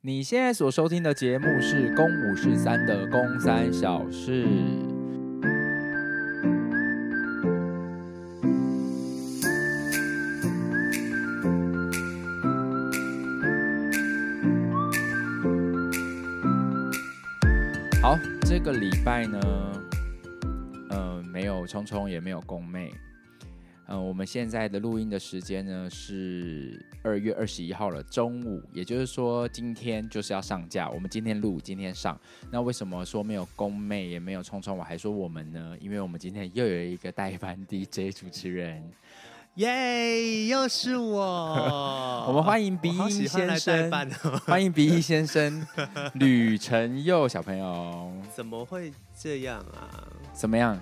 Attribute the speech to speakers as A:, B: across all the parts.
A: 你现在所收听的节目是《公五十三》的《公三小事》。好，这个礼拜呢，呃，没有聪聪，也没有宫妹。嗯、我们现在的录音的时间呢是二月二十一号了，中午，也就是说今天就是要上架。我们今天录，今天上。那为什么说没有宫妹，也没有聪聪，我还说我们呢？因为我们今天又有一个代班 DJ 主持人，。
B: 耶，又是 我哦
A: 我们欢迎鼻
B: 我好
A: 音
B: 喜欢来
A: 先
B: 代
A: 生，
B: 班哦。
A: 欢迎鼻翼先生吕晨佑小朋友，
B: 怎么会这样啊？
A: 怎么样？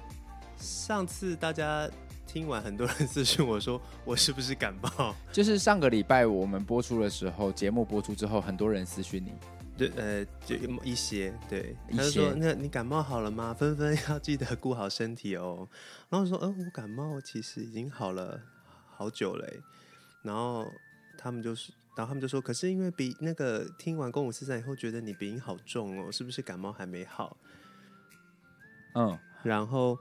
B: 上次大家听完，很多人私讯我说我是不是感冒？
A: 就是上个礼拜我们播出的时候，节目播出之后，很多人私讯你，
B: 对，呃，就一些，对，
A: 一些
B: 他就说那你感冒好了吗？纷纷要记得顾好身体哦。然后我说，嗯、我感冒其实已经好了好久了欸。然后他们就是，然后他们就说，可是因为鼻那个听完公五四三以后，觉得你鼻音好重哦，是不是感冒还没好？
A: 嗯，
B: 然后，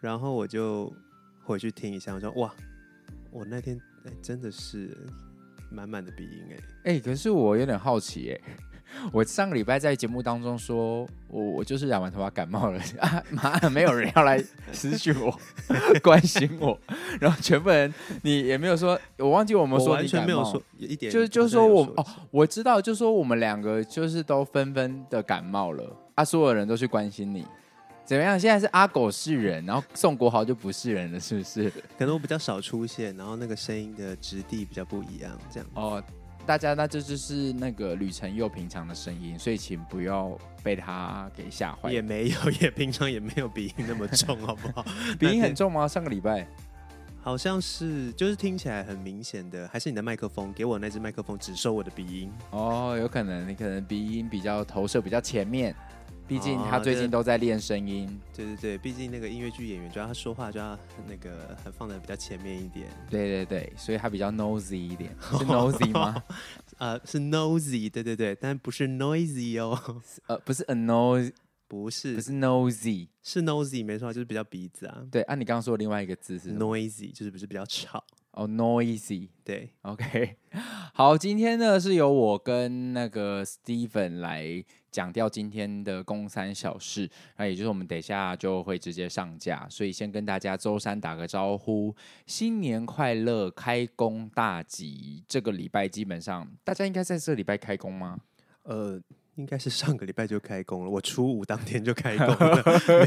B: 然后我就回去听一下，我说哇，我那天哎、真的是满满的鼻音哎、
A: 哎、可是我有点好奇、哎，我上个礼拜在节目当中说，我我就是染完头发感冒了啊，妈的，没有人要来私讯我，关心我，然后全部人你也没有说，我忘记我们
B: 我
A: 说
B: 完
A: 你
B: 全
A: 感
B: 没有
A: 冒
B: 说，一点
A: 就是就
B: 好
A: 是
B: 像
A: 说
B: 有
A: 我哦，我知道，就说我们两个就是都纷纷的感冒了，啊，所有人都去关心你。怎么样？现在是阿狗是人，然后宋国豪就不是人了，是不是？
B: 可能我比较少出现，然后那个声音的质地比较不一样，这样。
A: 哦，大家那这就是那个吕晨佑平常的声音，所以请不要被他给吓坏
B: 也。没有，也平常也没有鼻音那么重，好不好？
A: 鼻音
B: 那
A: 很
B: 天
A: 重吗？上个礼拜
B: 好像是，就是听起来很明显的，还是你的麦克风给我那只麦克风只收我的鼻音。
A: 哦，有可能你可能鼻音比较投射比较前面，毕竟
B: 哦
A: 他最
B: 这
A: 近都在练声音。
B: 对对对，毕竟那个音乐剧演员，就要他说话就要那个很放的比较前面一点。
A: 对对对，所以他比较 nosy 一 点，是 nosy 吗？
B: 呃，是 nosy，对对对，但不是 noisy 哦，
A: 呃，不是 a nosy，
B: 不
A: 不
B: 是，
A: 是 nosy。
B: 是 nosy 没错，就是比较鼻子啊
A: 对，啊，你刚刚说的另外一个字是什么？
B: ，noisy 就是不是比较吵，
A: 哦、n o i s y
B: 对，
A: OK，好，今天呢是由我跟那个 Steven 来讲掉今天的公三小事，那也就是我们等一下就会直接上架，所以先跟大家周三打个招呼，新年快乐，开工大吉！这个礼拜基本上大家应该在这礼拜开工吗？
B: 呃。应该是上个礼拜就开工了，我初五当天就开 工了，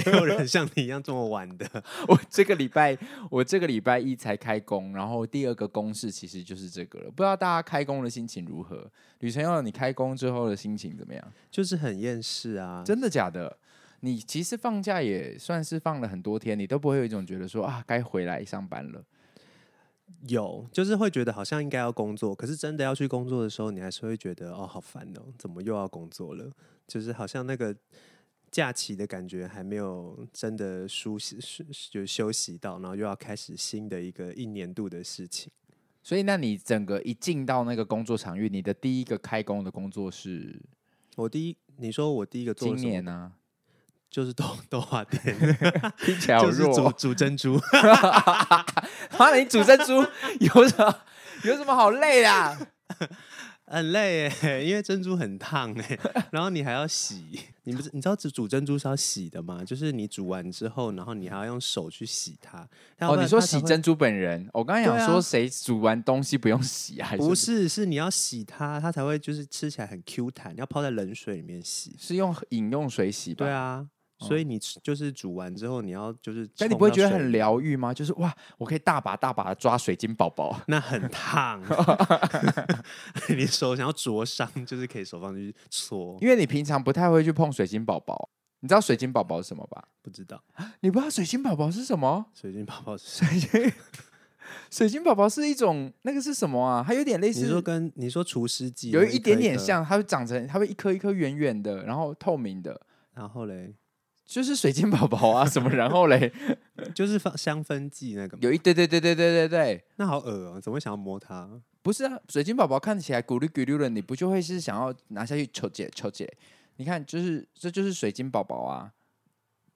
B: 没有人像你一样这么晚的。
A: 我这个礼拜我这个礼拜一才开工，然后第二个公式其实就是这个了，不知道大家开工的心情如何？吕晨耀，你开工之后的心情怎么样？
B: 就是很厌世啊。
A: 真的假的？你其实放假也算是放了很多天，你都不会有一种觉得说啊，该回来上班了。
B: 有，就是会觉得好像应该要工作，可是真的要去工作的时候，你还是会觉得哦，好烦哦，怎么又要工作了？就是好像那个假期的感觉还没有真的舒息，休就是休息到，然后又要开始新的一个一年度的事情。
A: 所以，那你整个一进到那个工作场域，你的第一个开工的工作是
B: 我第一，你说我第一个
A: 今
B: 做的什么
A: 年呢、
B: 就是豆豆花店，
A: 听起来 好
B: 就是
A: 弱
B: 煮
A: 哦。
B: 煮珍珠。
A: 妈的，你煮珍珠 有什么有什么好累啦？
B: 很累哎， 因为珍珠很烫哎， 然后你还要洗。你不是你知道煮煮珍珠是要洗的吗？就是你煮完之后，然后你还要用手去洗它。要不
A: 哦，
B: 然
A: 你说
B: 它才
A: 洗
B: 会？
A: 珍珠本人，我刚才想
B: 对啊
A: 说谁煮完东西不用洗啊？还
B: 不
A: 是
B: 是，是你要洗它，它才会就是吃起来很 Q 弹，要泡在冷水里面洗。
A: 是用饮用水洗吧？
B: 对啊，所以你吃就是煮完之后，你要就是。
A: 但你不会觉得很？疗愈吗？就是哇，我可以大把大把的抓水晶宝宝。
B: 那很 烫，你手想要灼伤，就是可以手放进去搓。
A: 因为你平常不太会去碰水晶宝宝，你知道水晶宝宝是什么吧？
B: 不知道
A: 你不知道水晶宝宝是什么？
B: 水晶泡泡是
A: 水晶水晶宝宝是一种那个是什么啊？它有点类
B: 你说
A: 似，
B: 跟你说厨师机
A: 有
B: 那
A: 一
B: 颗
A: 点点
B: 颗，
A: 像，它会长成，它会一颗一颗圆圆的，然后透明的，
B: 然后嘞，
A: 就是水晶宝宝啊什么。 然后嘞，
B: 就是放香氛剂那个嘛。
A: 有一对对对对对对对，
B: 那好恶哦、怎么会想要摸它？
A: 不是啊，水晶宝宝看起来咕噜咕噜的，你不就会是想要拿下去求解求解？你看，就是这就是水晶宝宝啊，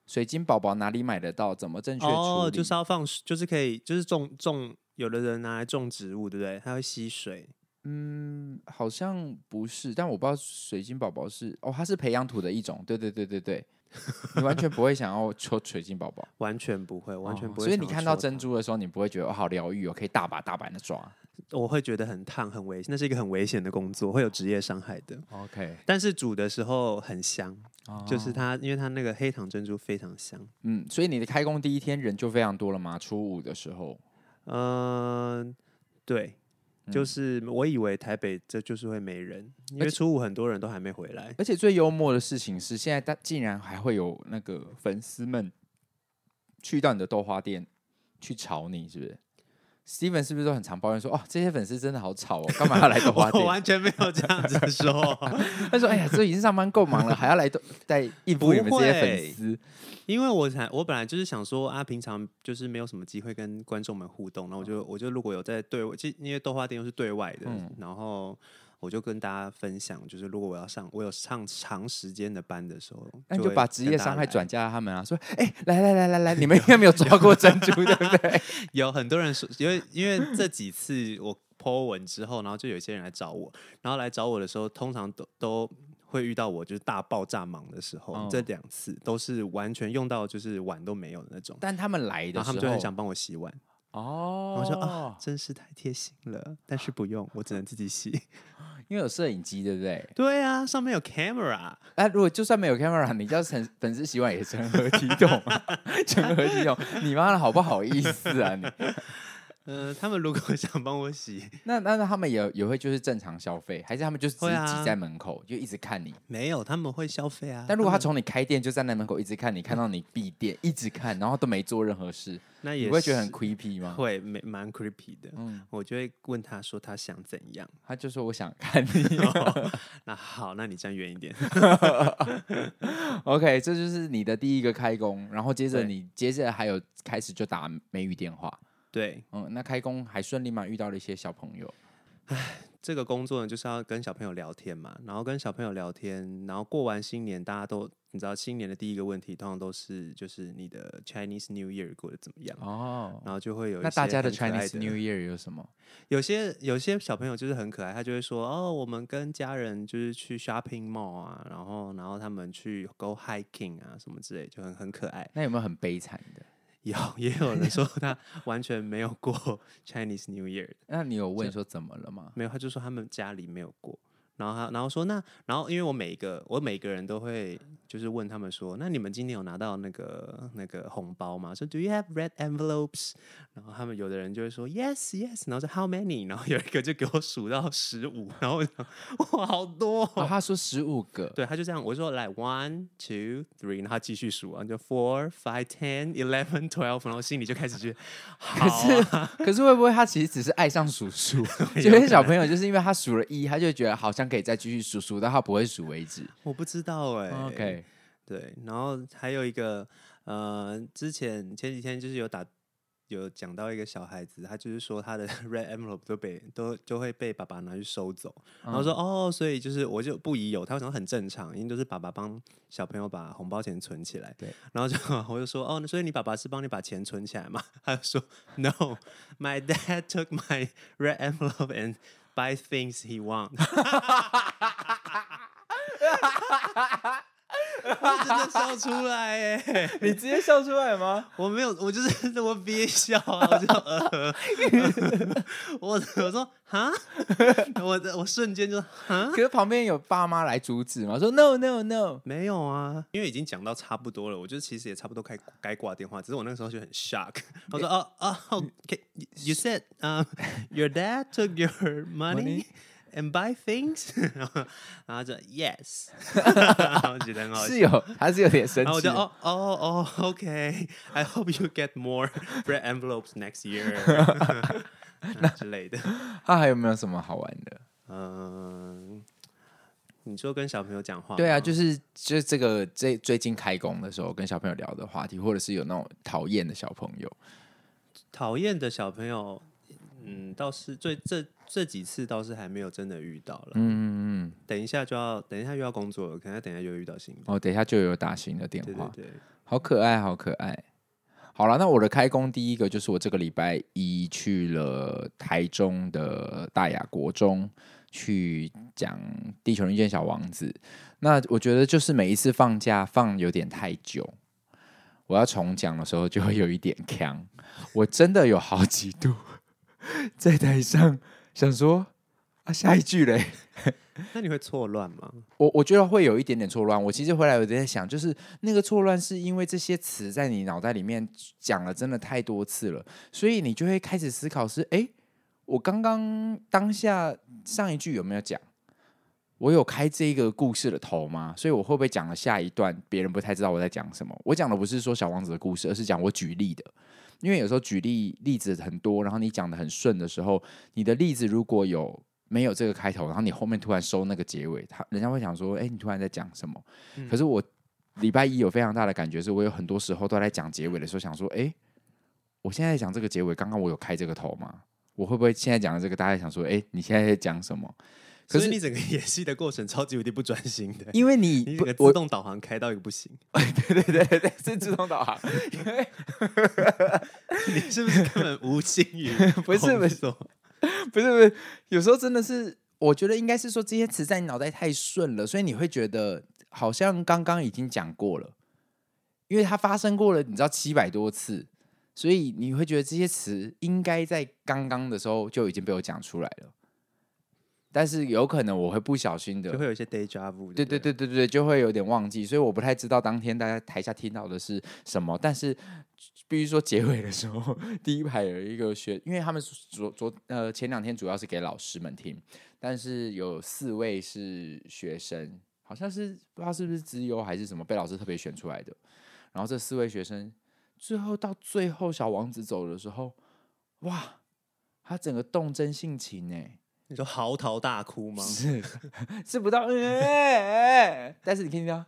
A: 水晶宝宝哪里买得到？怎么正确处理？
B: 哦，就是要放，就是可以，就是种种，有的人拿来种植物，对不对？它会吸水，
A: 嗯，好像不是，但我不知道水晶宝宝是哦，它是培养土的一种，对对对对对，你完全不会想要抽水晶宝 宝，
B: 完全不会，完全
A: 哦
B: 不会、
A: 所以你看到珍，珠的时候，你不会觉得哦好疗愈哦，可以大把大把的抓。
B: 我会觉得很烫，很危，那是一个很危险的工作，会有职业伤害的。
A: OK，
B: 但是煮的时候很香，就是
A: 它，
B: 它，因为它那个黑糖珍珠非常香。
A: 嗯，所以你的开工第一天人就非常多了嘛，初五的时候，
B: 嗯、对，
A: 嗯
B: 就是我以为台北这就是会没人，因
A: 而
B: 为
A: 且
B: 初五很多人都还没回来。
A: 而且最幽默的事情是，现在大竟然还会有那个粉丝们去到你的豆花店去吵你，是不是？Steven 是不是都很常抱怨说，哦，这些粉丝真的好吵哦，干嘛要来豆花
B: 我
A: 店？
B: 完全没有这样子 说，
A: 他说，哎呀，这已经上班够忙了，还要来豆再应付你们这些粉丝，
B: 因为我才我本来就是想说啊，平常就是没有什么机会跟观众们互动，然后我就我就如果有在对外，其实因为豆花店又是对外的，
A: 嗯
B: 然后我就跟大家分享，就是如果我要上我有上长时间的班的时候，
A: 那你
B: 会
A: 就把
B: 跟
A: 职业
B: 大家
A: 伤害
B: 来
A: 转嫁到他们啊，说，哎，来来来来来， 你们应该没有抓过珍珠，对不对？
B: 有很多人说，因为因为这几次我 po 文之后，然后就有一些人来找我，然后来找我的时候，通常都都会遇到我就是大爆炸忙的时候，
A: 哦
B: 这两次都是完全用到就是碗都没有的那 种，
A: 但他们来的时
B: 然
A: 候，
B: 后他们就很想帮我洗碗，
A: 哦，
B: 然后说啊，真是太贴心了，但是不用，我只能自己洗。
A: 因为有摄影机，对不对？
B: 对啊，上面有 camera，
A: 哎、如果就算没有 camera，你叫粉粉丝洗碗也成何体统 啊？成何体统？你妈的好不好意思啊你？
B: 呃，他们如果 想帮我洗，
A: 那那那他们也也会就是正常消费，还是他们就是只
B: 会
A: 是
B: 啊
A: 挤在门口、就一直看你？
B: 没有，他们会消费啊。
A: 但如果他
B: 们
A: 从你开店就站在门口一直看你，看到你闭店一直看，然后都没做任何 事，
B: 那也
A: 你不会觉得很
B: 是
A: creepy 吗？
B: 会蛮蛮 creepy 的，
A: 嗯，
B: 我就会问他说他想怎样。
A: 他就说我想看 你。
B: 那好，那你站远一点。
A: OK，这就是你的第一个开工，然后接着
B: 对
A: 你接着还有开始就打美语电话。
B: 对，
A: 嗯，那开工还顺利吗？遇到了一些小朋友。
B: 这个工作呢，就是要跟小朋友聊天嘛，然后跟小朋友聊天，然后过完新年，大家都你知道，新年的第一个问题通常都是就是你的 Chinese New Year 过得怎么样，
A: 哦，
B: 然后就会有一
A: 那大
B: 些
A: 家的
B: 很可爱
A: Chinese New Year 有什么？
B: 有些有些小朋友就是很可爱，他就会说哦，我们跟家人就是去 shopping mall 啊，然后然后他们去 go hiking 啊什么之类，就很很可爱。
A: 那有没有很悲惨的？
B: 有也有人说他完全没有过 Chinese New Year，
A: 那你有问说怎么了吗？
B: 没有，他就说他们家里没有过。然后他，然后说那，然后因为我每一个我每个人都会就是问他们说，那你们今年有拿到那个那个红包吗？说 Do you have red envelopes？然后他们有的人就会说 Yes Yes，然后说 How many？然后有一个就给我数到十五，然后我想哇好多哦、
A: 哦、他说十五个，
B: 对，他就这样，我就说来 one two three，然后他继续数，然后啊就 four five ten eleven twelve，然后心里就开始觉得，
A: 可是、
B: 啊
A: 可是会不会他其实只是爱上数 数？有些小朋友就是因为他数了一，他就觉得好像可以再继续数，数到他不会数为止。
B: 我不知道 哎、
A: OK，
B: 对，然后还有一个，呃，之前前几天就是有打有讲到一个小孩子，他就是说他的 red envelope 都被都就会被爸爸拿去收走，然后说、哦，所以就是我就不疑有他，我想很正常，因为都是爸爸帮小朋友把红包钱存起来，
A: 对，
B: 然后就 我就说哦，那所以你爸爸是帮你把钱存起来吗？ 他就说 no，my dad took my red envelope and buy things he want，我真的笑出来欸耶、
A: 你直接笑出来吗？
B: 我没有，我就是 我憋笑啊，我就呃，我 我说哈，我的我瞬间就哈，
A: 可是旁边有爸妈来阻止嘛，说 No No No。
B: 没有啊，因为已经讲到差不多了，我就其实也差不多该该挂电话，只是我那个时候就很 shock，我 说哦哦，OK，you said um your dad took your money。And buy things，然 后然后就 yes，然 后觉得很好笑
A: 是。有，他是有点生
B: 然后我
A: 气
B: 就。哦哦哦，OK，I hope you get more red envelopes next year 之类的。
A: 他还有没有什么好玩的？
B: 嗯，你说跟小朋友讲话吗，
A: 对啊，就是就是这个最最近开工的时候跟小朋友聊的话题，或者是有那种讨厌的小朋友，
B: 讨厌的小朋友，嗯，倒是最这这几次倒是还没有真的遇到了。
A: 嗯嗯嗯，
B: 等一下就要，等一下又要工作了，可能等一下又遇到新的。
A: 哦，等一下就有打新的电
B: 对对
A: 话，
B: 对，
A: 好可爱，好可爱。好了，那我的开工第一个就是我这个礼拜一去了台中的大雅国中去讲《地球人见小王子》。那我觉得就是每一次放假放有点太久，我要重讲的时候就会有一点呛。我真的有好几度 在台上想说啊，下一句嘞，
B: 那你会错乱吗？
A: 我我觉得会有一点点错乱。我其实回来我在想，就是那个错乱是因为这些词在你脑袋里面讲了真的太多次了，所以你就会开始思考是：诶，我刚刚当下上一句有没有讲？我有开这个故事的头吗？所以我会不会讲了下一段，别人不太知道我在讲什么？我讲的不是说小王子的故事，而是讲我举例的。因为有时候举例例子很多，然后你讲的很顺的时候，你的例子如果有没有这个开头，然后你后面突然收那个结尾，他人家会想说：“哎、你突然在讲什么？”可是我礼拜一有非常大的感觉，是我有很多时候都在讲结尾的时候想说：“哎、我现在在讲这个结尾，刚刚我有开这个头吗？我会不会现在讲的这个，大家想说：哎、你现在在讲什么？”可
B: 可
A: 是
B: 是你整个演戏的过程超级无敌不专心的，
A: 因为你
B: 你
A: 不
B: 整个
A: 我
B: 自动导航开到一个不行，
A: 对对对对是自动导航，因为
B: 你是不是根本无心于
A: 不是不是
B: 工作
A: 不是不是，有时候真的是，我觉得应该是说这些词在你脑袋太顺了，所以你会觉得好像刚刚已经讲过了，因为它发生过了，你知道七百多次，所以你会觉得这些词应该在刚刚的时候就已经被我讲出来了，但是有可能我会不小心的
B: 就会有一些 day job。
A: 对对
B: 对
A: 对对对，就会有点忘记，所以我不太知道当天大家台下听到的是什么。但是必须说结尾的时候， 第一排有一个学，因为他们昨昨呃前两天主要是给老师们听，但是有四位是学生，好像是不知道是不是资优还是什么被老师特别选出来的。然后这四位学生最后到最后小王子走的时候，哇，他整个动真性情哎、
B: 你说嚎啕大哭吗？
A: 是是不到， 欸但是你听到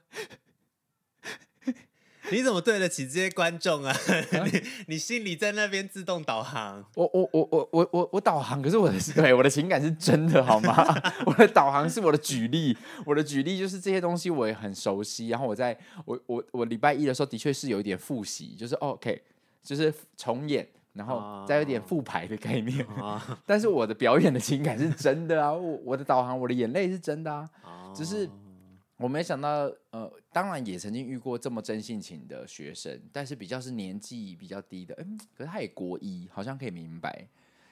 B: 你怎么对得起这些观众啊？ 你你心里在那边自动 导航，
A: 我我我我我我我导航，可是我的对我的情感是真的 好吗？我的导航是我的举例，我的举例就是这些东西我也很熟悉。然后我在我我我礼拜一的时候的确是有一点复习，就是哦 OK，就是重演，然后再有点
B: 哦
A: 复牌的概念。
B: 啊
A: 但是我的表演的情感是真的啊，我我的导航，我的眼泪是真的啊。
B: 哦
A: 只是我没想到，呃，当然也曾经遇过这么真性情的学生，但是比较是年纪比较低的，嗯，可是他也国一，好像可以明白，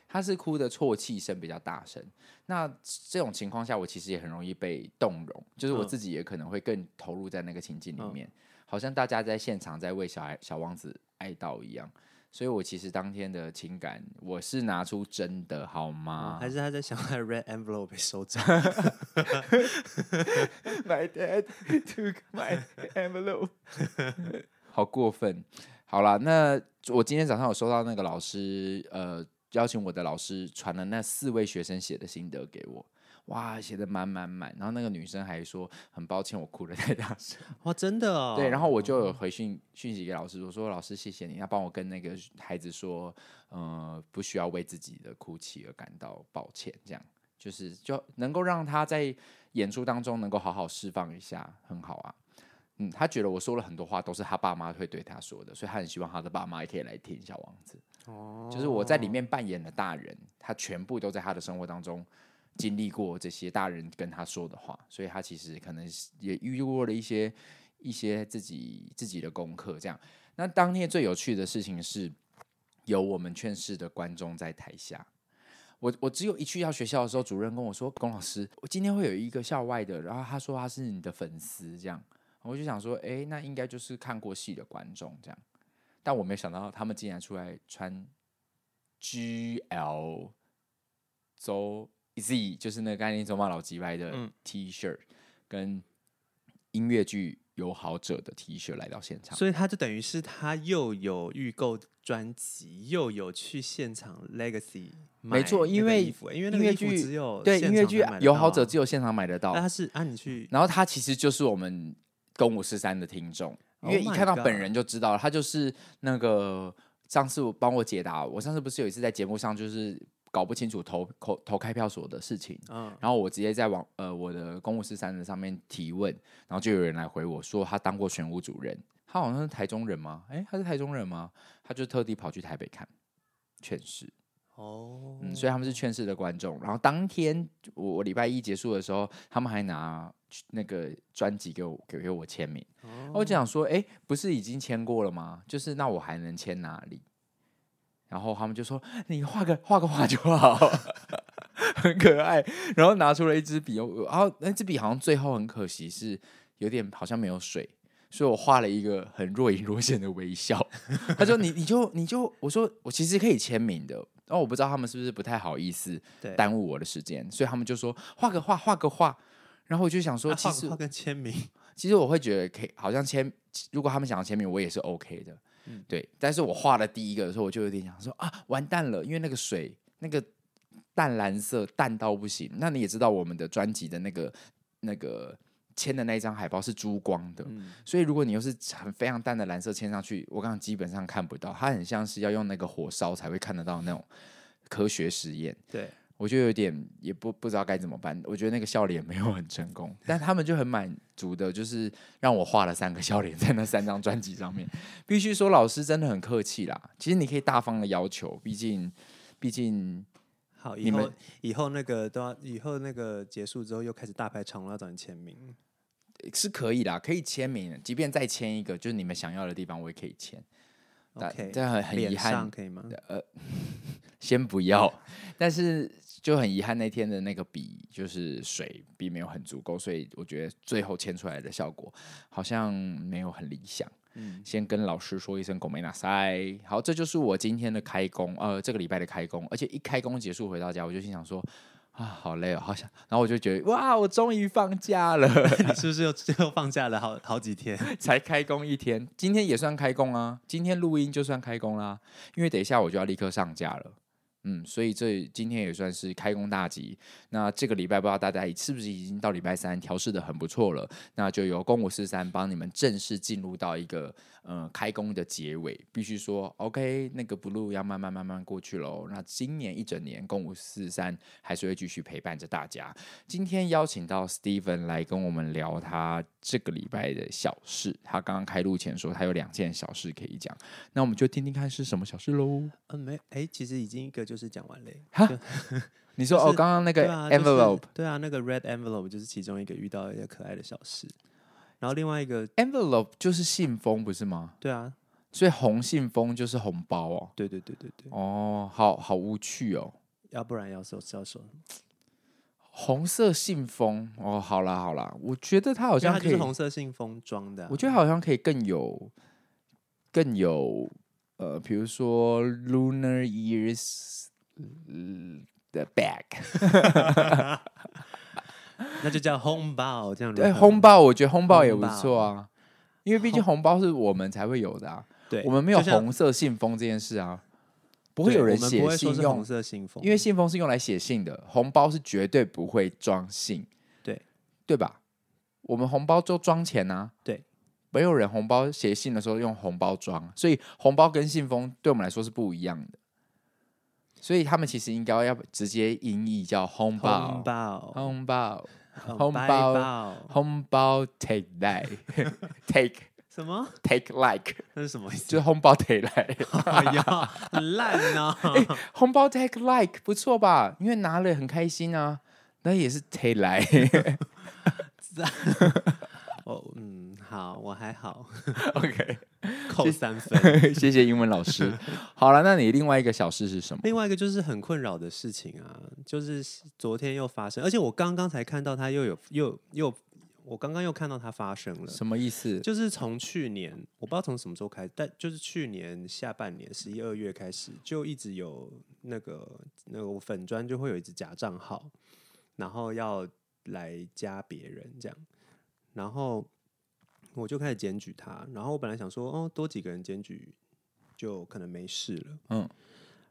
A: 他是哭的啜泣声比较大声。那这种情况下，我其实也很容易被动容，就是我
B: 嗯
A: 自己也可能会更投入在那个情境里
B: 嗯
A: 面，好像大家在现场在为小孩小王子哀悼一样。所以我其实当天的情感，我是拿出真的好吗？
B: 还是他在想他的 red envelope 被 收走。
A: My dad took my envelope 。 好过分。好啦，那我今天早上有收到那个老师，呃，邀请我的老师传了那四位学生写的心得给我，哇，写的满满满。然后那个女生还说，很抱歉我哭的太大声。
B: 哇，真的哦。
A: 对，然后我就有回讯讯息给老师，我说老师谢谢你，要帮我跟那个孩子说，呃，不需要为自己的哭泣而感到抱歉，这样就是就能够让他在演出当中能够好好释放一下，很好啊。嗯，他觉得我说了很多话都是他爸妈会对他说的，所以他很希望他的爸妈也可以来听《小王子》。
B: 后
A: 就是我在里面扮演的大人，他全部都在他的生活当中经历过这些大人跟他说的话，所以他其实可能是也遇过了一些一些自己自己的功课。这样，那当天最有趣的事情是，有我们劝世的观众在台下。我我只有一去到学校的时候，主任跟我说：“龚老师，我今天会有一个校外的，然后他说他是你的粉丝，这样。”我就想说：“诶，那应该就是看过戏的观众这样。”但我没有想到他们竟然出来穿 G L 周 Z，就是那个概念周嘛老鸡掰的
B: 嗯
A: T 恤、跟音乐剧友好者的 T 恤来到现场。
B: 所以他就等于是他又有预购专辑，又有去现场 Legacy 买
A: 没错
B: 那
A: 因
B: 个
A: 为
B: 衣服因为那
A: 音
B: 个
A: 乐
B: 衣服
A: 剧
B: 只有
A: 对
B: 现
A: 音乐
B: 场
A: 剧
B: 才买得
A: 友
B: 到
A: 好嗯者
B: 啊
A: 只有现场买得到
B: 那，他是啊，你去
A: 然后他其实就是我们公五十三的听众，因
B: Oh
A: 为一
B: my
A: 看到本
B: God
A: 人就知道了，他就是那个上次我帮我解答，我上次不是有一次在节目上就是。搞不清楚投投投开票所的事情，
B: 嗯，
A: 然后我直接在网呃我的公务四三的上面提问，然后就有人来回我说他当过选务主任，他好像是台中人吗？诶，他是台中人吗？他就特地跑去台北看劝世，
B: 哦，
A: 嗯，所以他们是劝世的观众。然后当天我我礼拜一结束的时候，他们还拿那个专辑给我给给我签名，
B: 哦
A: 我就想说，诶，不是已经签过了吗？就是那我还能签哪里？然后他们就说：“你画个画个画就好， 很可爱。”然后拿出了一支笔，我然后那支笔好像最后很可惜是有点好像没有水，所以我画了一个很若隐若现的微笑。他说：“你你就你就我说我其实可以签名的。”然后我不知道他们是不是不太好意思
B: 对，
A: 耽误我的时间，所以他们就说画个画画个画。然后我就想说，
B: 啊
A: 其
B: 画
A: 实
B: 画跟签名，
A: 其实我会觉得可以，好像签，如果他们想要签名，我也是 OK 的，
B: 嗯
A: 对。但是我画了第一个的时候，我就有点想说啊，完蛋了，因为那个水那个淡蓝色淡到不行。那你也知道我们的专辑的那个那个签的那一张海报是珠光的，
B: 嗯，
A: 所以如果你又是很非常淡的蓝色签上去，我刚刚基本上看不到，它很像是要用那个火烧才会看得到那种科学实验。
B: 对，
A: 我就有点也不不知道该怎么办。我觉得那个笑脸没有很成功，但他们就很满足的，就是让我画了三个笑脸在那三张专辑上面。必须说，老师真的很客气啦。其实你可以大方的要求，毕竟毕竟
B: 好，
A: 你
B: 以
A: 们
B: 后以后那个都要，以后那个结束之后又开始大排长龙要找你签 名，
A: 是可以啦，可以签名，即便再签一个，就是你们想要的地方，我也可以签。但
B: OK，
A: 但很很遗
B: 脸
A: 憾
B: 上，可以吗？
A: 先不要。但是就很遗憾，那天的那个笔就是水并没有很足够，所以我觉得最后签出来的效果好像没有很理想。
B: 嗯
A: 先跟老师说一声“狗没纳塞”。好，这就是我今天的开工，呃，这个礼拜的开工。而且一开工结束回到家，我就心想说。啊，好累哦，好想，然后我就觉得哇，我终于放假了，
B: 你是不是又 又放假了好好几天？
A: 才开工一天，今天也算开工啊，今天录音就算开工啦，因为等一下我就要立刻上架了，嗯，所以这今天也算是开工大吉。那这个礼拜不知道大家是不是已经到礼拜三调试的很不错了，那就由公五四三帮你们正式进入到一个呃开工的结尾，必须说 OK，那个 blue 要慢慢慢慢过去喽。那今年一整年公五四三还是会继续陪伴着大家。今天邀请到 Steven 来跟我们聊他这个礼拜的小事。他刚刚开录前说他有两件小事可以讲，那我们就听听看是什么小事喽。
B: 嗯，没，哎，其实已经一个就是讲完了耶。
A: 你说、
B: 就是
A: 哦，刚刚那
B: 对
A: 个
B: 啊，就是
A: envelope、
B: 对啊，那个 red envelope 就是其中一个遇到一个可爱的小事，然后另外一个，
A: envelope 就是信封不是吗？
B: 对啊，
A: 所以红信封就是红包哦。
B: 对对对对对，
A: 哦，好好无趣哦。
B: 要不然要收要收，
A: 红色信封哦，好啦好啦，我觉得它好
B: 好
A: 像可
B: 就
A: 以，
B: 是红色信封装的啊、
A: 我觉得好像可以更有更有呃，比如说 lunar years 的 bag，
B: 那就叫红包这样如何。
A: 对，红包我觉得红包也
B: 红
A: 不
B: 包
A: 错啊，因为毕竟红包是我们才会有的啊，
B: 对，
A: 我们没有
B: 就像，
A: 红色信封这件事啊，不
B: 不
A: 会有人
B: 我们不
A: 写
B: 会说
A: 信
B: 是
A: 用
B: 红，色信封，
A: 因为信封是用来写信的，红包是绝对不会装信，
B: 对
A: 对吧？我们红包就装钱啊，
B: 对，
A: 没有人红包写信的时候用红包装，啊所以红包跟信封对我们来说是不一样的，所以他们其实应该要直接音译叫红包，
B: 红包，
A: 红包，
B: 哦
A: 红
B: 拜
A: 包
B: 包
A: 红包 take like，take
B: 什么？
A: take like，
B: 那是什么意思？
A: 就是红包 take like。
B: 哎 呀，很烂啊呐、
A: 红包 take like 不错吧？因为拿了很开心啊，那也是 take 来。
B: 哦，嗯，好，我还 好，
A: OK，
B: 扣三分。
A: 谢谢英文老 师。好了，那你另外一个小事是什么？
B: 另外一个就是很困扰的事情啊，就是昨天又发生，而且我刚刚才看到它又有又又，我刚刚又看到它发生了。
A: 什么意思？
B: 就是从去年，我不知道从什么时候开始，但就是去年下半年十一二月开始，就一直有那个那个我粉砖就会有一只假账号，然后要来加别人这样，然后我就开始检举他，然后我本来想说哦多几个人检举就可能没事了，
A: 嗯，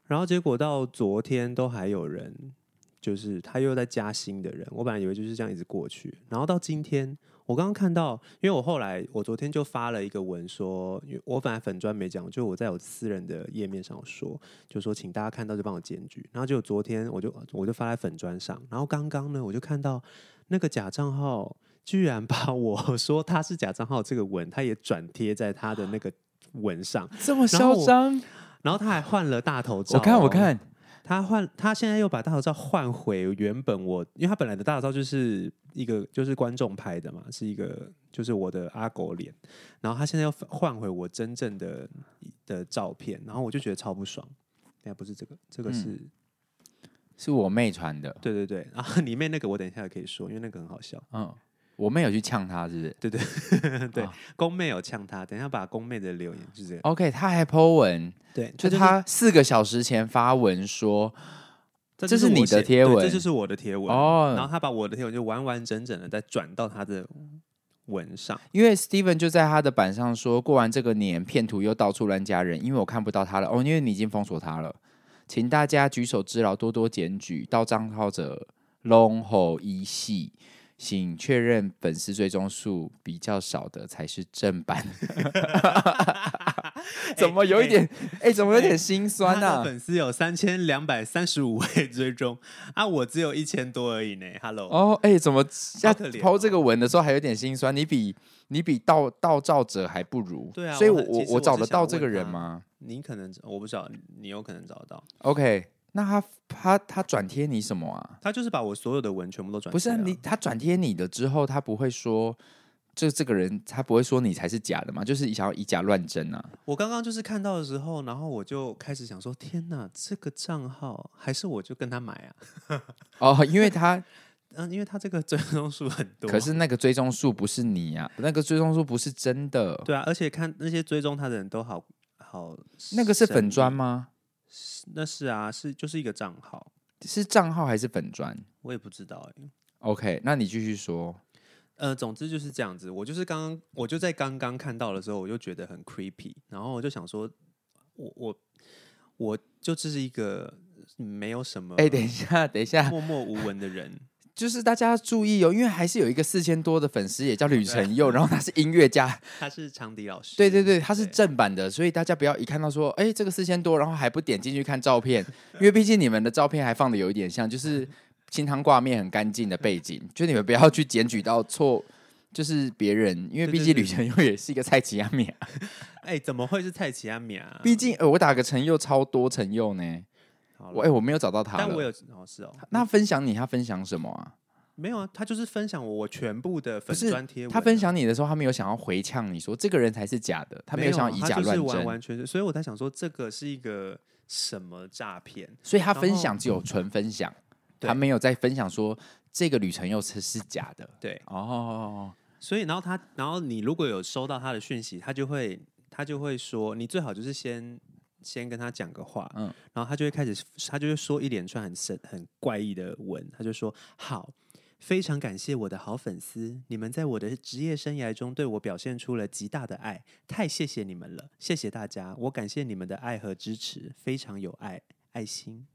B: 然后结果到昨天都还有人，就是他又在加新的人，我本来以为就是这样一直过去，然后到今天我刚刚看到，因为我后来我昨天就发了一个文说，因为我本来粉专没讲，就我在我私人的页面上说，就说请大家看到就帮我检举。然后就昨天我就我就发在粉专上，然后刚刚呢我就看到那个假账号居然把 我说他是假账号这个文，他也转贴在他的那个文上，
A: 这么
B: 然
A: 嚣
B: 后我
A: 张？啊
B: 然后他还换了大头照、哦
A: 我看，我。看，
B: 他换，他现在又把大头照换回原本我，因为他本来的大头照就是一个就是观众拍的嘛，是一个就是我的阿狗脸，然后他现在又换回我真正的的照片，然后我就觉得超不爽。哎，不是这个，这个是、
A: 嗯是我妹传的。
B: 对对对，然后里面那个我等一下也可以说，因为那个很好笑。
A: 嗯，我妹有去呛他，是不是
B: 对对对，
A: 啊
B: 宫妹有呛他，等一下把宫妹的留言就是这样。
A: ？OK，他还 po 文，
B: 对，
A: 哦就
B: 就是
A: 他四个小时前发文说，
B: 这
A: 这
B: 就是
A: 你
B: 我
A: 的
B: 写
A: 贴
B: 对
A: 文
B: 这就是我的贴文。然后
A: 哦，
B: 他把我的贴文就完完整整的再转到他的文上。
A: 因为 Steven 就在他的板上说，过完这个年，骗徒又到处乱加人，因为我看不到他了，哦，因为你已经封锁他了，请大家举手之劳，多多检举，到账号者 long 吼一系。请确认粉丝追踪数比较少的才是正 版。怎么有一点哎、怎么有点心酸
B: 他
A: 啊
B: 的？粉丝有三千两百三十五位追踪啊，我只有一千多而已呢。Hello，、
A: 哦，哎、怎么要
B: 可怜
A: 抛
B: 哦
A: 这个文的时候还有点心酸？你比你比盗盗照者还不如，
B: 对啊
A: 所以
B: 我
A: 我
B: 很其实
A: 我
B: 我
A: 找
B: 是
A: 得
B: 想
A: 到这
B: 问
A: 个人
B: 他
A: 吗
B: 你可能我不知道，你有可能找得到。
A: ？OK，那他他他转贴你什么啊？
B: 他就是把我所有的文全部都转、
A: 不是、啊、你，，他转贴你的之后，他不会说这这个人，他不会说你才是假的嘛？就是想要以假乱真 啊？
B: 我刚刚就是看到的时候，然后我就开始想说，天哪，这个账号还是我就跟他买啊，
A: 哦，因为他
B: 嗯，因为他这个追踪数很多。
A: 可是那个追踪数不是你啊，那个追踪数不是真的，
B: 对啊，而且看那些追踪他的人都好好，
A: 那个是粉砖？吗？
B: 那是啊，是就是一个账号，
A: 是账号还是粉砖
B: 我也不知道哎、
A: ？OK，那你继续说。
B: 呃，总之就是这样子。我就是刚刚，我就在刚刚看到的时候，我就觉得很 creepy，然后我就想说，我我我就只是一个没有什么
A: 哎、等一下，等一下，
B: 默默无闻的人，
A: 就是大家注意哦，因为还是有一个四千多的粉丝也叫吕承佑，然后他是音乐家，
B: 他是长笛老师，
A: 对对对，他是正版的，所以大家不要一看到说，哎，这个四千多，然后还不点进去看照片，因为毕竟你们的照片还放的有一点像，
B: 嗯
A: 就是清汤挂面很干净的背景，就你们不要去检举到错，就是别人，因为
B: 对
A: 毕
B: 对
A: 竟
B: 对
A: 吕承佑也是一个蔡奇亚米 啊，
B: 哎、怎么会是蔡奇阿米啊？
A: 毕竟、呃、我打个陈佑超多陈佑呢，
B: 好
A: 我
B: 了
A: 哎我没有找到他
B: 但我
A: 了，
B: 有哦是哦，
A: 那分享你他分享什么啊？
B: 没有啊，他就是分享我我全部的粉
A: 是
B: 砖贴文啊、
A: 他分享你的时候，他没有想要回呛你说这个人才是假的，他没有想要以
B: 啊
A: 假
B: 他
A: 乱
B: 就是
A: 真
B: 完，完全全，所以我在想说这个是一个什么诈骗？
A: 所以他
B: 然
A: 分
B: 后
A: 享只有纯分享，
B: 对
A: 他没有在分享说这个旅程又是是假的。
B: 对，
A: 哦，
B: 所以，然后他，然后你如果有收到他的讯息，他就会他就会说，你最好就是先先跟他讲个话，
A: 嗯
B: 嗯，然后他就会开始，他就会说一连串很神很怪异的文，他就说好。非常感谢我的好粉丝，你们在我的职业生涯中对我表现出了极大的爱，太谢谢你们了，谢谢大家，我感谢你们的爱和支持，非常有爱，爱心。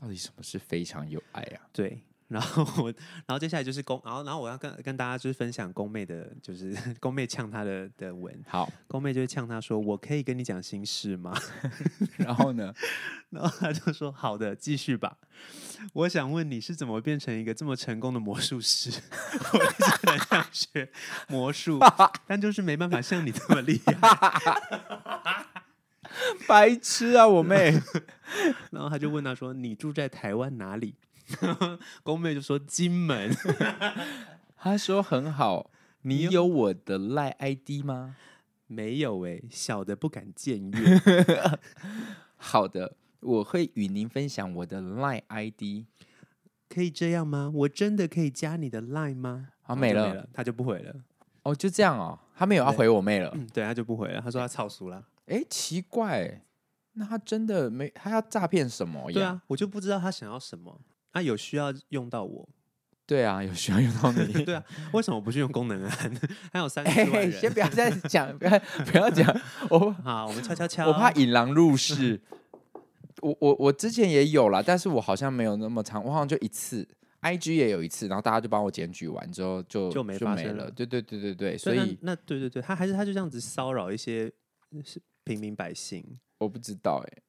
A: 到底什么是非常有爱啊？
B: 对，然后我，然后接下来就是宫，然后然后我要跟跟大家就是分享宫妹的，就是 宫妹呛她的的文，
A: 好，
B: 宫妹就会呛她说：“我可以跟你讲心事吗
A: 然后呢？？”
B: 然后她就说：“好的，继续吧。”我想问你是怎么变成一个这么成功的魔术师？ 我一直很想学魔术，但就是没办法像你这么厉害。
A: 白痴啊，我 妹！
B: 然后她就问她说：“你住在台湾哪里？” 宫妹就说：“金门。”
A: 她说很好，你有我的赖 ID 吗？
B: 没有哎、小的不敢僭越。
A: 好的，我会与您分享我的赖 ID。
B: 可以这样吗？我真的可以加你的 line 吗？
A: 好哦
B: 然后
A: 啊没
B: 就
A: 了
B: 了，他就不回了。
A: 哦，就这样哦，他没有要
B: 对
A: 回我妹了。
B: 嗯，对，他就不回了。他说他操熟了。
A: 哎，奇怪，那他真的没，他要诈骗什么呀？
B: 对，啊，我就不知道他想要什么。他、有需要用到我，
A: 对啊，有需要用到你。
B: 对啊，为什么不去用功能案？ 还有三
A: 哎、
B: 十万人。
A: 先不要再讲，不要不要讲， 我
B: 好，我们敲敲敲。
A: 我怕引狼入室。我我我之前也有啦，但是我好像没有那么长，我好像就一次， IG 也有一次，然后大家就帮我检举完之后就
B: 就没
A: 就
B: 发
A: 没
B: 生
A: 了。
B: 了
A: 对对对对对，所
B: 对那
A: 以
B: 那对对对，他还是他就这样子骚扰一些呃是平民百姓，
A: 我不知道哎、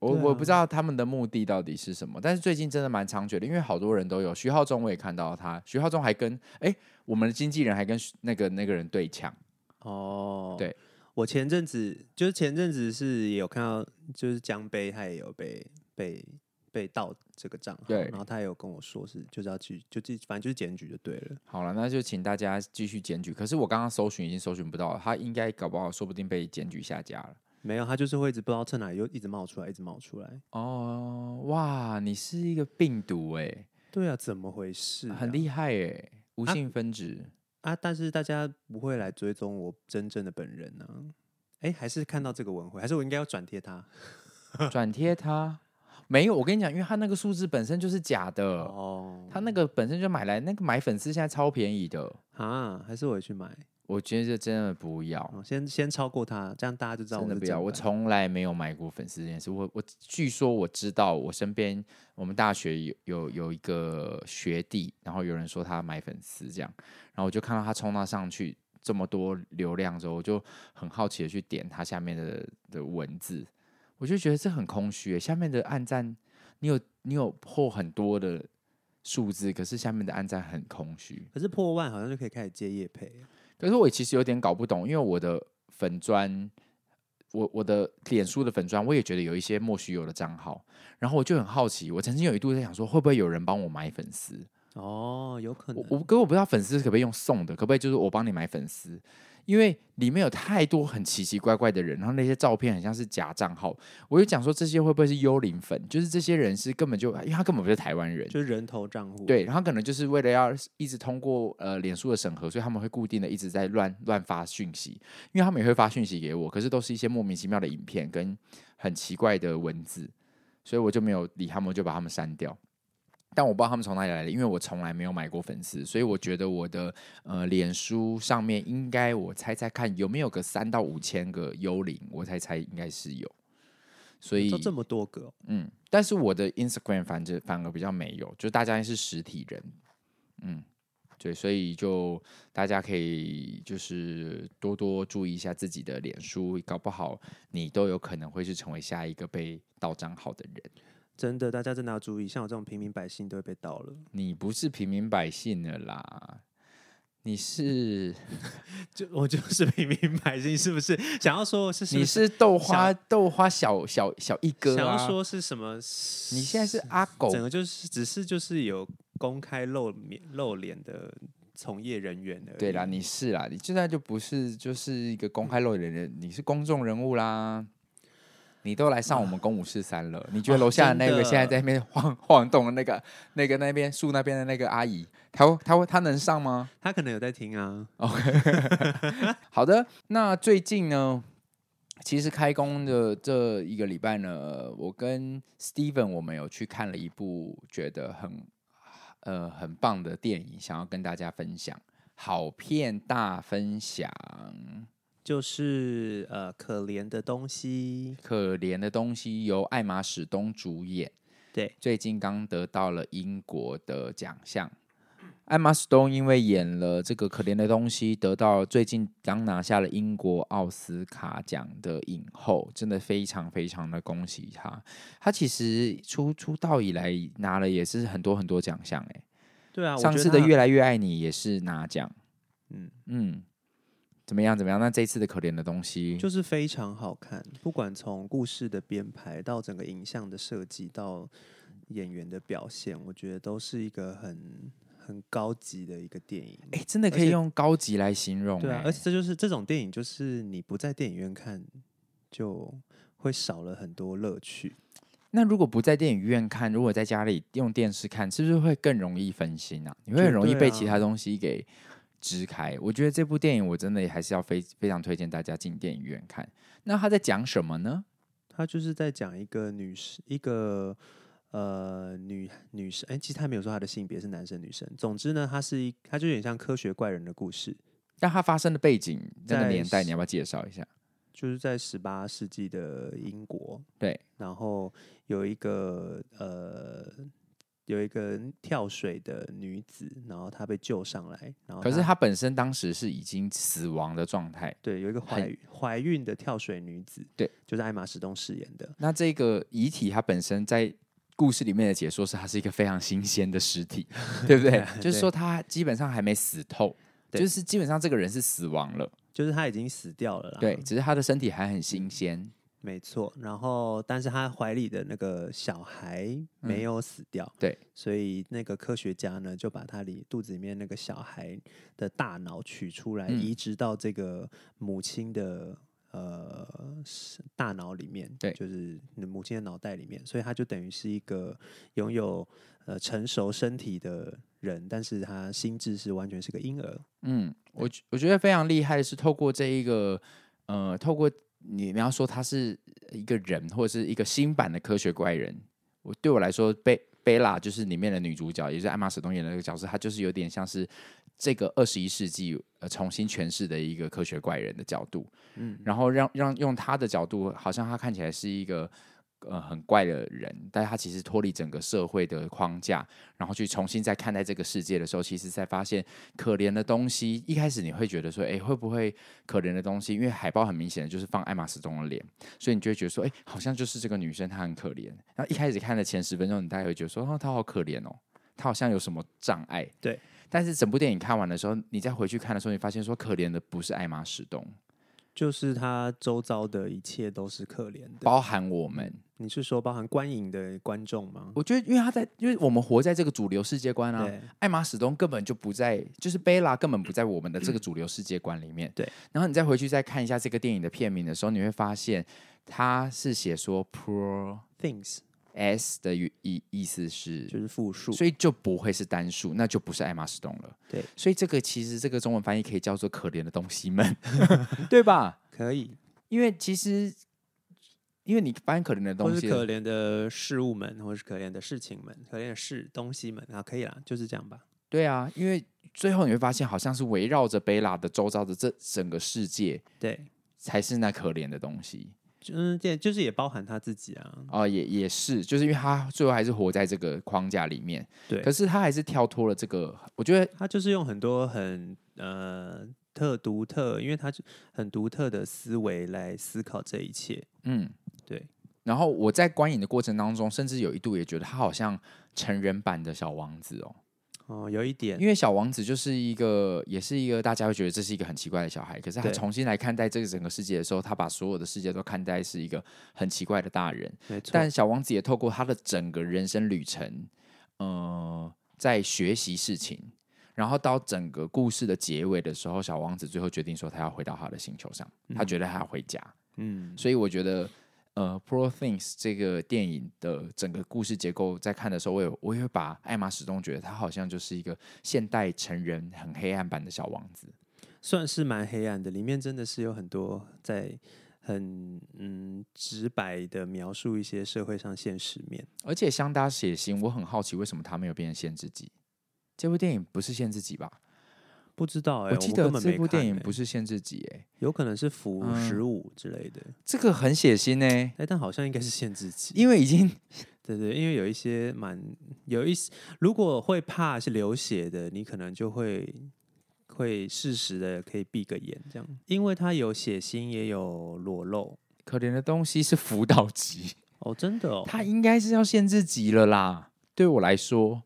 A: 我、
B: 对啊
A: 我不知道他们的目的到底是什么，但是最近真的蛮猖獗的，因为好多人都有。徐浩中我也看到他，徐浩中还跟哎、我们的经纪人还跟徐那个那个人对呛，
B: 哦，
A: 对，
B: 我前阵子就是前阵子是也有看到，就是江杯他也有被被被盗这个账号，
A: 对
B: 然后他也有跟我说是就是要去就自己反正就是检举就对了，
A: 好了，那就请大家继续检举。可是我刚刚搜寻已经搜寻不到了，他应该搞不好说不定被检举下架了。
B: 没有他就是会一直不知道趁哪里又一直冒出来，一直冒出来，
A: 哦，哇，你是一个病毒哎、
B: 对啊，怎么回事、
A: 很
B: 害
A: 厉害哎、无
B: 啊
A: 性分 子。
B: 啊！但是大家不会来追踪我真正的本人呢、啊。哎、还是看到这个文回，还是我应该要转贴他？
A: 转贴他没有，我跟你讲，因为他那个数字本身就是假的，
B: 哦，
A: 他那个本身就买来那个买粉丝现在超便宜的，
B: 啊，还是我也去买，
A: 我觉得真的不要，
B: 哦、先先超过他，这样大家就知道
A: 真
B: 我
A: 的
B: 是
A: 不要，
B: 正
A: 我
B: 版
A: 从来没有买过粉丝这件事。我我据说我知道，我身边我们大学有有有一个学弟，然后有人说他买粉丝这样，然后我就看到他冲到上去这么多流量之后，我就很好奇的去点他下面的的文字，我就觉得这很空虚欸。下面的暗赞，你有你有破很多的数字，可是下面的暗赞很空虚。
B: 可是破万好像就可以开始接业配了，
A: 可是我其实有点搞不懂，因为我的粉砖，我我的脸书的粉砖，我也觉得有一些莫须有的账号，然后我就很好奇，我曾经有一度在想说，会不会有人帮我买粉丝？
B: 哦，有可能
A: 我我可我不知道粉丝可不可以用送的，可不可以就是我帮你买粉丝？因为里面有太多很奇奇怪怪的人，然后那些照片很像是假账号，我就讲说这些会不会是幽灵粉？就是这些人是根本就，因为他根本不是台湾人，
B: 就是人头账户，，
A: 对，然后可能就是为了要一直通过呃脸书的审核，所以他们会固定的一直在乱乱发讯息，因为他们也会发讯息给我，可是都是一些莫名其妙的影片跟很奇怪的文字，所以我就没有理他们，我就把他们删掉。但我不知道他们从哪里来的，因为我从来没有买过粉丝，所以我觉得我的呃脸书上面应该我猜猜看有没有个三到五千个幽灵，我猜猜应该是有。所以
B: 都这么多个哦、
A: 嗯，但是我的 Instagram 反正反而比较没有，就大家是实体人，嗯，对，所以就大家可以就是多多注意一下自己的脸书，搞不好你都有可能会是成为下一个被盗账号的人。
B: 真的，大家真的要注意，像我这种平民百姓都会被盗 了，
A: 你不是平民百姓了啦，你是
B: 就我就是平民百姓，是不是？ 想要说是
A: 你
B: 是
A: 是豆花豆花小小小一
B: 不
A: 哥
B: 是想
A: 啊，
B: 要说是什么？
A: 你现在是哦阿狗
B: 整个就是只是就是有公开露面露脸的从业人员而已。
A: 对啦，你是啦，你现在就不是就是一个公开露脸的人，你是公众人物啦。你都来上我们公五四三了，你觉得
B: 啊
A: 楼下的
B: 真
A: 那个
B: 的
A: 现在在那边晃 晃动的那个、那个那边树那边的那个阿姨，她会她会她能上吗？
B: 他可能有在听啊，
A: 好的，那最近呢，其实开工的这一个礼拜呢，我跟 Steven 我们有去看了一部觉得很呃很棒的电影，想要跟大家分享，好片大分享。
B: 就是呃可怜的东西，
A: 可怜的东西由艾玛史东主演，
B: 对，
A: 最近刚得到了英国的奖项。艾玛史东因为演了这个可怜的东西，得到最近刚拿下了英国奥斯卡奖的影后，真的非常非常的恭喜她。她其实出出道以来拿了也是很多很多奖项，哎，
B: 对啊，我
A: 上
B: 觉
A: 次
B: 得
A: 的
B: 他
A: 《越来越爱你》也是拿奖，
B: 嗯
A: 嗯，怎么样怎么样？那这次的可怜的东西，
B: 就是非常好看，不管从故事的编排到整个影像的设计到演员的表现，我觉得都是一个很很高级的一个电影。
A: 哎、真的可
B: 而
A: 以
B: 且
A: 用高级来形容、哎。
B: 对啊，而且这就是这种电影，就是你不在电影院看，就会少了很多乐趣。
A: 那如果不在电影院看，如果在家里用电视看，是不是会更容易分心啊？你会
B: 绝
A: 很容易
B: 对
A: 被
B: 啊
A: 其他东西给支开。我觉得这部电影我真的还是要非非常推荐大家进电影院看。那他在讲什么呢？
B: 他就是在讲一个女士，一个呃女女生，哎、其实他没有说她的性别是男生女生。总之呢，他是一，他就有点像科学怪人的故事，
A: 但它发生的背景、那个
B: 在
A: 年代，
B: 十
A: 你要不要介绍一下？
B: 就是在十八世纪的英国，
A: 对，
B: 然后有一个呃有一个跳水的女子，然后她被救上来，然后
A: 可是她本身当时是已经死亡的状态。
B: 对有一个怀
A: 很
B: 孕怀孕的跳水女子，
A: 对，
B: 就是艾玛史东饰演的，
A: 那这个遗体它本身在故事里面的解说是它是一个非常新鲜的尸体，对不对？就是说它基本上还没死透，
B: 对
A: 就是基本上这个人是死亡了，
B: 就是她已经死掉了啦，
A: 对，，只是他的身体还很新鲜。
B: 没错。然后，但是她怀里的那个小孩没有死掉，
A: 嗯对，
B: 所以那个科学家呢就把她里肚子里面那个小孩的大脑取出来，
A: 嗯
B: 移植到这个母亲的。呃，是大脑里面，
A: 对
B: 就是你母亲的脑袋里面，所以她就等于是一个拥有呃成熟身体的人，但是她心智是完全是个婴儿，
A: 嗯，我觉我觉得非常厉害的是透过这一个，呃，透过你你要说他是一个人或者是一个新版的科学怪人，我对我来说，贝贝拉就是里面的女主角，也就是艾玛史东演的那个角色，她就是有点像是这个二十一世纪呃重新诠释的一个科学怪人的角度，嗯，然后让让用她的角度，好像她看起来是一个。呃，很怪的人，但她其实脱离整个社会的框架，然后去重新再看待这个世界的时候，其实才发现可怜的东西，一开始你会觉得说，哎，会不会可怜的东西？因为海报很明显的就是放艾玛·斯东的脸，所以你就会觉得说，哎，好像就是这个女生她很可怜。然后一开始看的前十分钟，你大概会觉得说，哦，她好可怜哦，她好像有什么障碍。
B: 对。
A: 但是整部电影看完的时候，你再回去看的时候，你发现说，可怜的不是艾玛·史东，
B: 就是他周遭的一切都是可怜的。
A: 包含我们。
B: 你是说包含观影的观众吗？
A: 我觉得，因为他在，因为我们活在这个主流世界观啊，
B: 对
A: 艾玛始终根本就不在，就是贝拉根本不在我们的这个主流世界观里面。
B: 对，
A: 然后你再回去再看一下这个电影的片名的时候，你会发现它是写说 “pro
B: ，things
A: s” 的语意意思，
B: 就是是复数，
A: 所以就不会是单数，那就不是艾玛史东了。
B: 对，
A: 所以这个其实这个中文翻译可以叫做“可怜的东西 们”，对吧？
B: 可以，
A: 因为其实因为你翻可怜的
B: 或
A: 东
B: 是
A: 西，
B: 可怜的事物们，或是可怜的事情们，可怜的事东西们啊，可以啦，就是这样吧。
A: 对啊，因为最后你会发现，好像是围绕着贝拉的周遭的这整个世界，
B: 对，
A: 才是那可怜的东西
B: 嗯，对，就是也包含他自己啊。
A: 哦、也也是，就是因为他最后还是活在这个框架里面，
B: 对
A: 可，是他还是跳脱了这个，我觉得
B: 他就是用很多很呃特独特，因为他就很独特的思维来思考这一切。
A: 嗯，
B: 对，
A: 然后我在观影的过程当中，甚至有一度也觉得他好像成人版的小王子哦，
B: 哦，有一点
A: 因为小王子就是一个，也是一个大家会觉得这是一个很奇怪的小孩，可是他
B: 对
A: 重新来看待这个整个世界的时候，他把所有的世界都看待是一个很奇怪的大人，
B: 没错，
A: 但小王子也透过他的整个人生旅程，呃，在学习事情，然后到整个故事的结尾的时候，小王子最后决定说他要回到他的星球上，他觉得他要回家。
B: 嗯，
A: 所以我觉得，呃，《Pro Things》这个电影的整个故事结构，在看的时候，我也我也会把艾玛始终觉得他好像就是一个现代成人很黑暗版的小王子。
B: 算是蛮黑暗的，里面真的是有很多在很嗯直白的描述一些社会上现实面。
A: 而且相当血腥，我很好奇为什么他没有变成限制级。这部电影不是限制级吧？
B: 不知道哎、
A: 我记
B: 根
A: 得
B: 本
A: 这
B: 没
A: 部电
B: 看
A: 影
B: 欸
A: 不是限制级、欸，
B: 有可能是负
A: 嗯
B: 十五之类的，
A: 这个很血腥呢、
B: 哎、但好像应该是限制级。
A: 因为已经
B: 对对，因为有一些蛮有一些，如果会怕是流血的，你可能就会会适时的可以闭个眼这样，因为它有血腥也有裸露
A: 可怜的东西是辅导级，
B: 哦，真的哦，
A: 它应该是要限制级了啦。对我来说，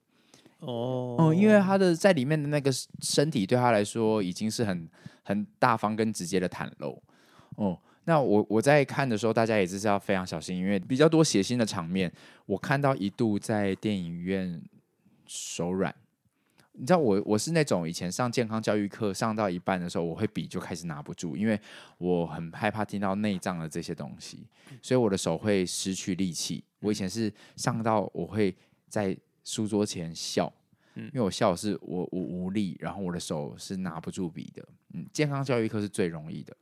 B: 哦，
A: 嗯，因为他的在里面的那个身体对他来说已经是很很大方跟直接的袒露。哦、那我我在看的时候，大家也是要非常小心，因为比较多血腥的场面，我看到一度在电影院手软。你知道我我是那种以前上健康教育课上到一半的时候，我会笔就开始拿不住，因为我很害怕听到内脏的这些东西，所以我的手会失去力气。我以前是上到我会在书桌前笑，因为我笑是我我无力，然后我的手是拿不住笔的。嗯，健康教育课是最容易的，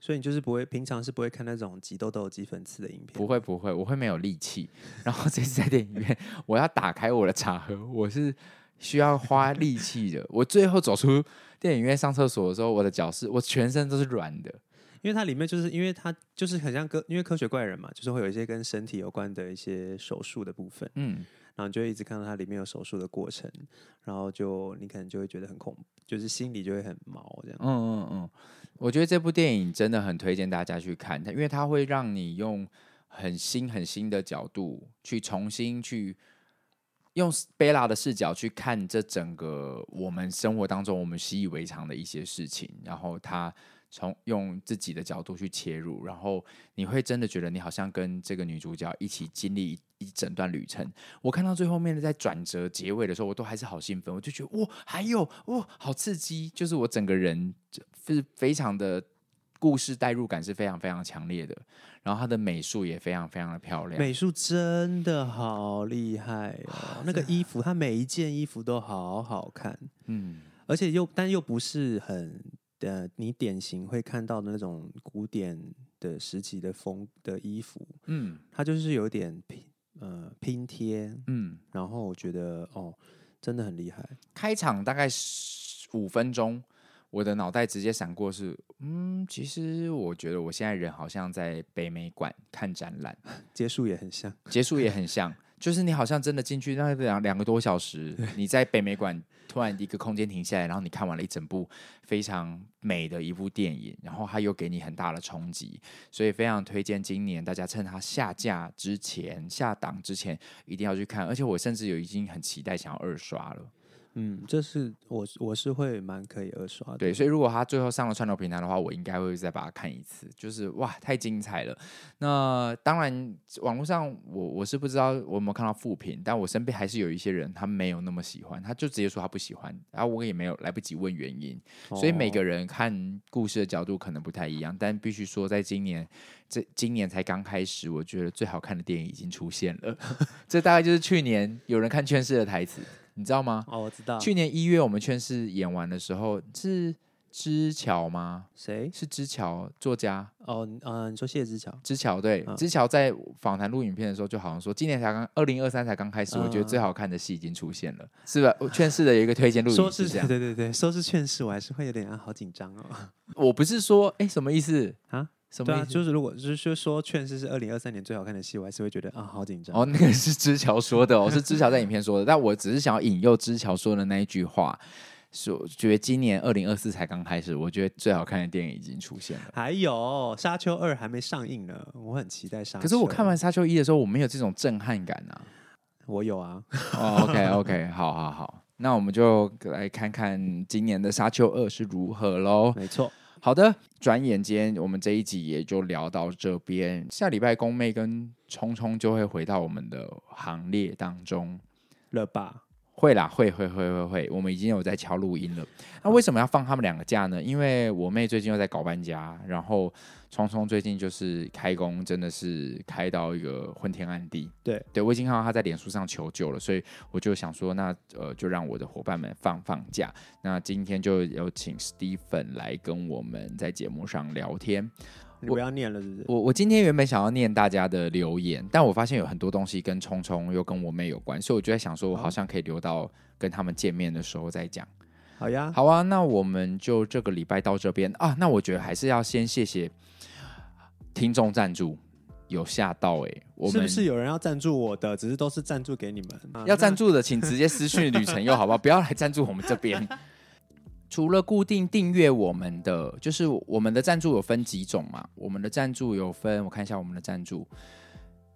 B: 所以你就是不会平常是不会看那种挤痘痘、挤粉刺的影片，
A: 不会不会，我会没有力气。 然后这次在电影院，我要打开我的茶盒，我是需要花力气的。我最后走出电影院上厕所的时候，我的脚是我全身都是软的。
B: 因为它里面就是因为它就是很像科，因为科学怪人嘛，就是会有一些跟身体有关的一些手术的部分。
A: 嗯，
B: 然后你就会一直看到它里面有手术的过程，然后就你可能就会觉得很恐，就是心里就会很毛这样。
A: 嗯嗯嗯，我觉得这部电影真的很推荐大家去看，它因为它会让你用很新很新的角度去重新去用贝拉的视角去看这整个我们生活当中我们习以为常的一些事情，然后他从用自己的角度去切入，然后你会真的觉得你好像跟这个女主角一起经历一整段旅程。我看到最后面的在转折结尾的时候，我都还是好兴奋，我就觉得哇，还有哇，好刺激！就是我整个人就是非常的故事代入感是非常非常强烈的，然后它的美术也非常非常的漂亮。
B: 美术真的好厉害哦！那个衣
A: 啊
B: 服，它每一件衣服都好好看，
A: 嗯，
B: 而且又但又不是很呃，你典型会看到的那种古典的时期的风的衣服，
A: 嗯
B: 它就是有点拼呃拼贴，
A: 嗯，
B: 然后我觉得哦，真的很厉害。
A: 开场大概十五分钟，我的脑袋直接闪过是，嗯，其实我觉得我现在人好像在北美馆看展览，
B: 结束也很像，
A: 结束也很像， 就是你好像真的进去那两两个多小时，你在北美馆突然一个空间停下来，然后你看完了一整部非常美的一部电影，然后它又给你很大的冲击，所以非常推荐今年大家趁它下架之前、下档之前一定要去看，而且我甚至有已经很期待想要二刷了。
B: 嗯，这是我我是会蛮可以二刷的。
A: 对，所以如果他最后上了串流平台的话，我应该会再把它看一次。就是哇，太精彩了！那当然，网络上我我是不知道我有没有看到负评，但我身边还是有一些人他没有那么喜欢，他就直接说他不喜欢，然后我也没有来不及问原因。所以每个
B: 人
A: 人看故事的角度可能不太一样，但必须说，在今年这今年才刚开始，我觉得最好看的电影已经出现了。 这大概就是去年有人看《劝世》的台词，你知道吗？
B: 哦，我知道，
A: 去年一月我们劝世演完的时候，是知巧吗？
B: 谁？
A: 是知巧作家
B: 哦，嗯、呃，你说谢之桥？
A: 知巧对，
B: 嗯
A: 知巧在访谈录影片的时候，就好像说今年才刚二零二三才刚开始，我觉得
B: 嗯
A: 最好看的戏已经出现了，是吧？我劝世的有一个推荐录
B: 说
A: 影
B: 是
A: 这样，
B: 对对对，说是劝世，我还是会有点啊，好紧张哦。
A: 我不是说哎、诶什么意思
B: 啊？
A: 什
B: 对
A: 么
B: 啊，
A: 意思？
B: 就是如果就是说劝世是二零二三年最好看的戏，我还是会觉得啊，好紧张。
A: 哦，那个是知巧说的哦，是知巧在影片说的，但我只是想要引诱知巧说的那一句话，说觉得今年二零二四才刚开始，我觉得最好看的电影已经出现了。
B: 还有《沙丘二》还没上映呢，我很期待《沙丘》。
A: 可是我看完《沙丘一》的时候，我没有这种震撼感啊。
B: 我有啊，
A: 哦，OK OK，好好好，那我们就来看看今年的《沙丘二》是如何喽。
B: 没错，
A: 好的，转眼间我们这一集也就聊到这边，下礼拜宫妹跟冲冲就会回到我们的行列当中。
B: 了吧？
A: 会啦，会会会会会，我们已经有在敲录音了。那为什么要放他们两个假呢？因为我妹最近又在搞搬家，然后聪聪最近就是开工，真的是开到一个昏天暗地。
B: 对，
A: 对我已经看到她在脸书上求救了，所以我就想说，那呃，就让我的伙伴们放放假。那今天就有请 Stephen 来跟我们在节目上聊天。
B: 你不要念了，是不是？
A: 我我今天原本想要念大家的留言，但我发现有很多东西跟聪聪又跟我妹有关，所以我就在想说，我好像可以留到跟他们见面的时候再讲。
B: 好呀，
A: 好啊，那我们就这个礼拜到这边啊。那我觉得还是要先谢谢听众赞助，有吓到哎、我
B: 是
A: 们
B: 不是有人要赞助我的？只是都是赞助给你们，啊
A: 要赞助的，请直接私讯旅程又好不好？不要来赞助我们这边。除了固定订阅我们的，就是我们的赞助有分几种嘛？我们的赞助有分，我看一下我们的赞助，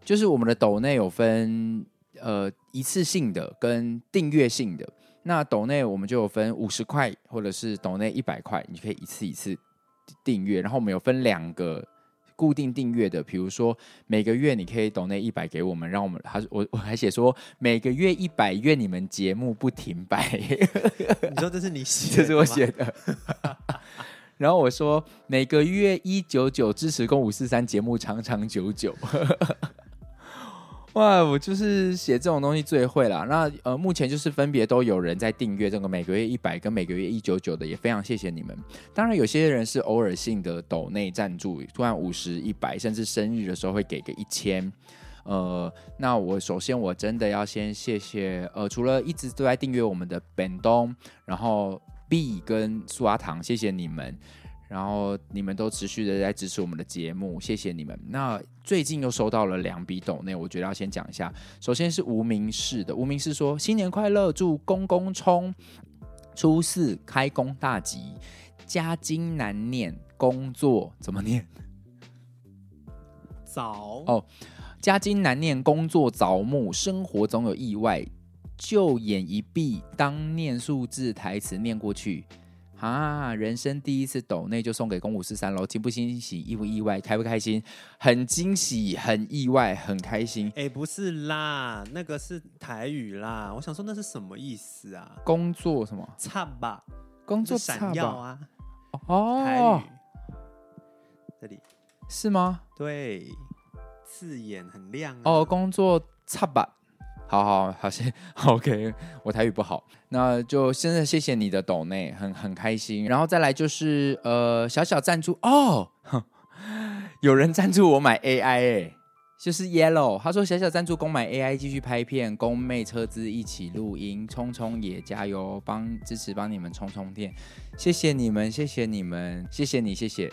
A: 就是我们的抖内有分呃一次性的跟订阅性的。那抖内我们就有分五十块或者是抖内一百块，你可以一次一次订阅。然后我们有分两个固定订阅的，比如说每个月你可以抖内一百给我们，让我们还我我还写说每个月一百，愿你们节目不停摆，
B: 你说这是你写，
A: 这是我写。的。然后我说每个月一九九支持公五四三节目长长久久。 哇，我就是写这种东西最会啦。那呃，目前就是分别都有人在订阅这个每个月一百跟每个月一九九的，也非常谢谢你们。当然，有些人是偶尔性的抖内赞助，突然五十、一百，甚至生日的时候会给个一千。呃，那我首先我真的要先谢谢呃，除了一直都在订阅我们的本东，然后 B 跟苏阿糖，谢谢你们。然后你们都持续的在支持我们的节目，谢谢你们。那最近又收到了两笔抖内，我觉得要先讲一下。首先是无名氏的，无名氏说新年快乐，祝公公冲初四开工大吉，家经难念，工作怎么念？
B: 早
A: 哦家经难念，工作着目，生活总有意外。就眼一闭，当念数字台词念过去。啊！人生第一次抖内就送给公五四三楼，惊不惊喜，意不意外，开不开心？很惊喜，很意外，很开心。
B: 哎、不是啦，那个是台语啦。我想说那是什么意思啊？
A: 工作什么？
B: 差吧，
A: 工
B: 就
A: 作
B: 闪
A: 差
B: 耀
A: 吧？
B: 啊，台语、
A: 哦，
B: 这里
A: 是吗？
B: 对，刺眼很亮、啊、
A: 哦，工作差吧。好好好，谢 OK，我台语不好，那就真的谢谢你的抖内，很很开心。然后再来就是呃，小小赞助哦， 哼有人赞助我买 AI 哎、就是 Yellow，他说小小赞助公买 AI 继续拍片，公妹车资一起录音，冲冲也加油，帮支持帮你们充充电，谢谢你们，谢谢你们，谢谢你，谢谢。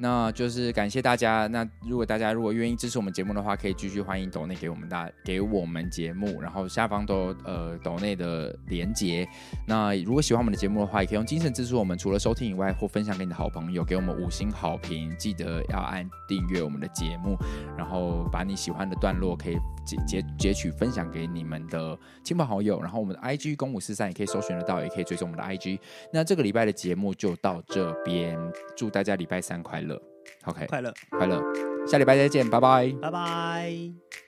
A: 那就是感谢大家。那如果大家如果愿意支持我们节目的话，可以继续欢迎抖内给我们大给我们节目，然后下方都有呃抖内的连结。那如果喜欢我们的节目的话，也可以用精神支持我们，除了收听以外，或分享给你的好朋友，给我们五星好评，记得要按订阅我们的节目，然后把你喜欢的段落可以截截截取分享给你们的亲朋好友。然后我们的 IG 公五四三也可以搜寻得到，也可以追踪我们的 IG。那这个礼拜的节目就到这边，祝大家礼拜三快乐。OK，
B: 快乐，
A: 快乐，下礼拜再见，拜拜。
B: 拜拜。